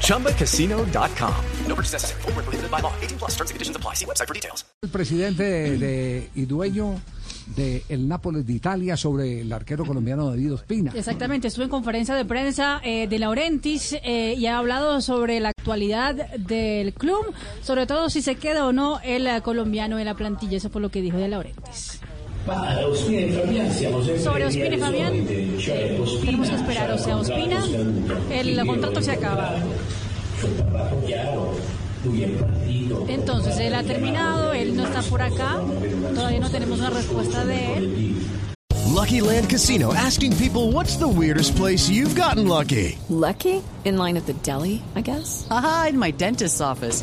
ChumbaCasino.com. No purchase necessary. Void where prohibited by law. 18 plus terms and conditions apply. See website for details. El presidente de, de- y dueño del el Nápoles de Italia sobre el arquero colombiano David Ospina. Exactamente, estuve en conferencia de prensa eh, de Laurentis eh, y ha hablado sobre la actualidad del club, sobre todo si se queda o no el eh, colombiano en la plantilla, eso fue lo que dijo de Laurentis. Ma Ospina e Fabian siamo sempre Sobre lì Ospina e al Fabián, solite, cioè Ospina tenemos que esperar, c'ha o sea, un contratto Ospina, scaduto, el quindi contratto lo si acaba. rinnovato. Ci ho parlato chiaro, lui è partito. Entonces, él ha terminado, él no está por acá, todavía no tenemos una respuesta de él. Lucky Land Casino asking people what's the weirdest place you've gotten lucky? Lucky? In line at the deli, I guess? Aha, in my dentist's office.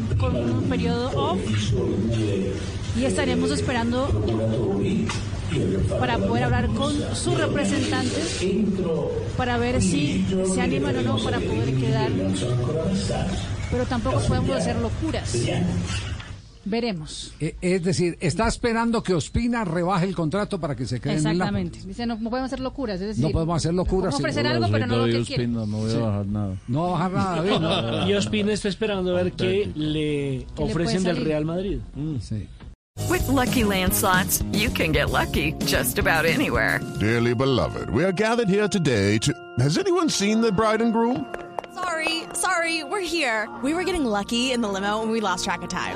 con un periodo off y estaremos esperando para poder hablar con sus representantes para ver si se animan o no para poder quedar. Pero tampoco podemos hacer locuras. Veremos. Eh, es decir, está esperando que Ospina rebaje el contrato para que se quede en el Nápoles. Exactamente. Dice, no, no podemos hacer locuras. Es decir, No podemos hacer locuras, podemos sí. ofrecer algo, pero no lo que quieren. no voy a bajar nada. No va a bajar nada, David. ¿no? Y Ospina está esperando a ver qué le puede ofrecen del salir. Real Madrid. Sí. With Lucky Land slots, you can get lucky just about anywhere. Dearly beloved, we are gathered here today to. Has anyone seen the bride and groom? Sorry, sorry, we're here. We were getting lucky in the limo and we lost track of time.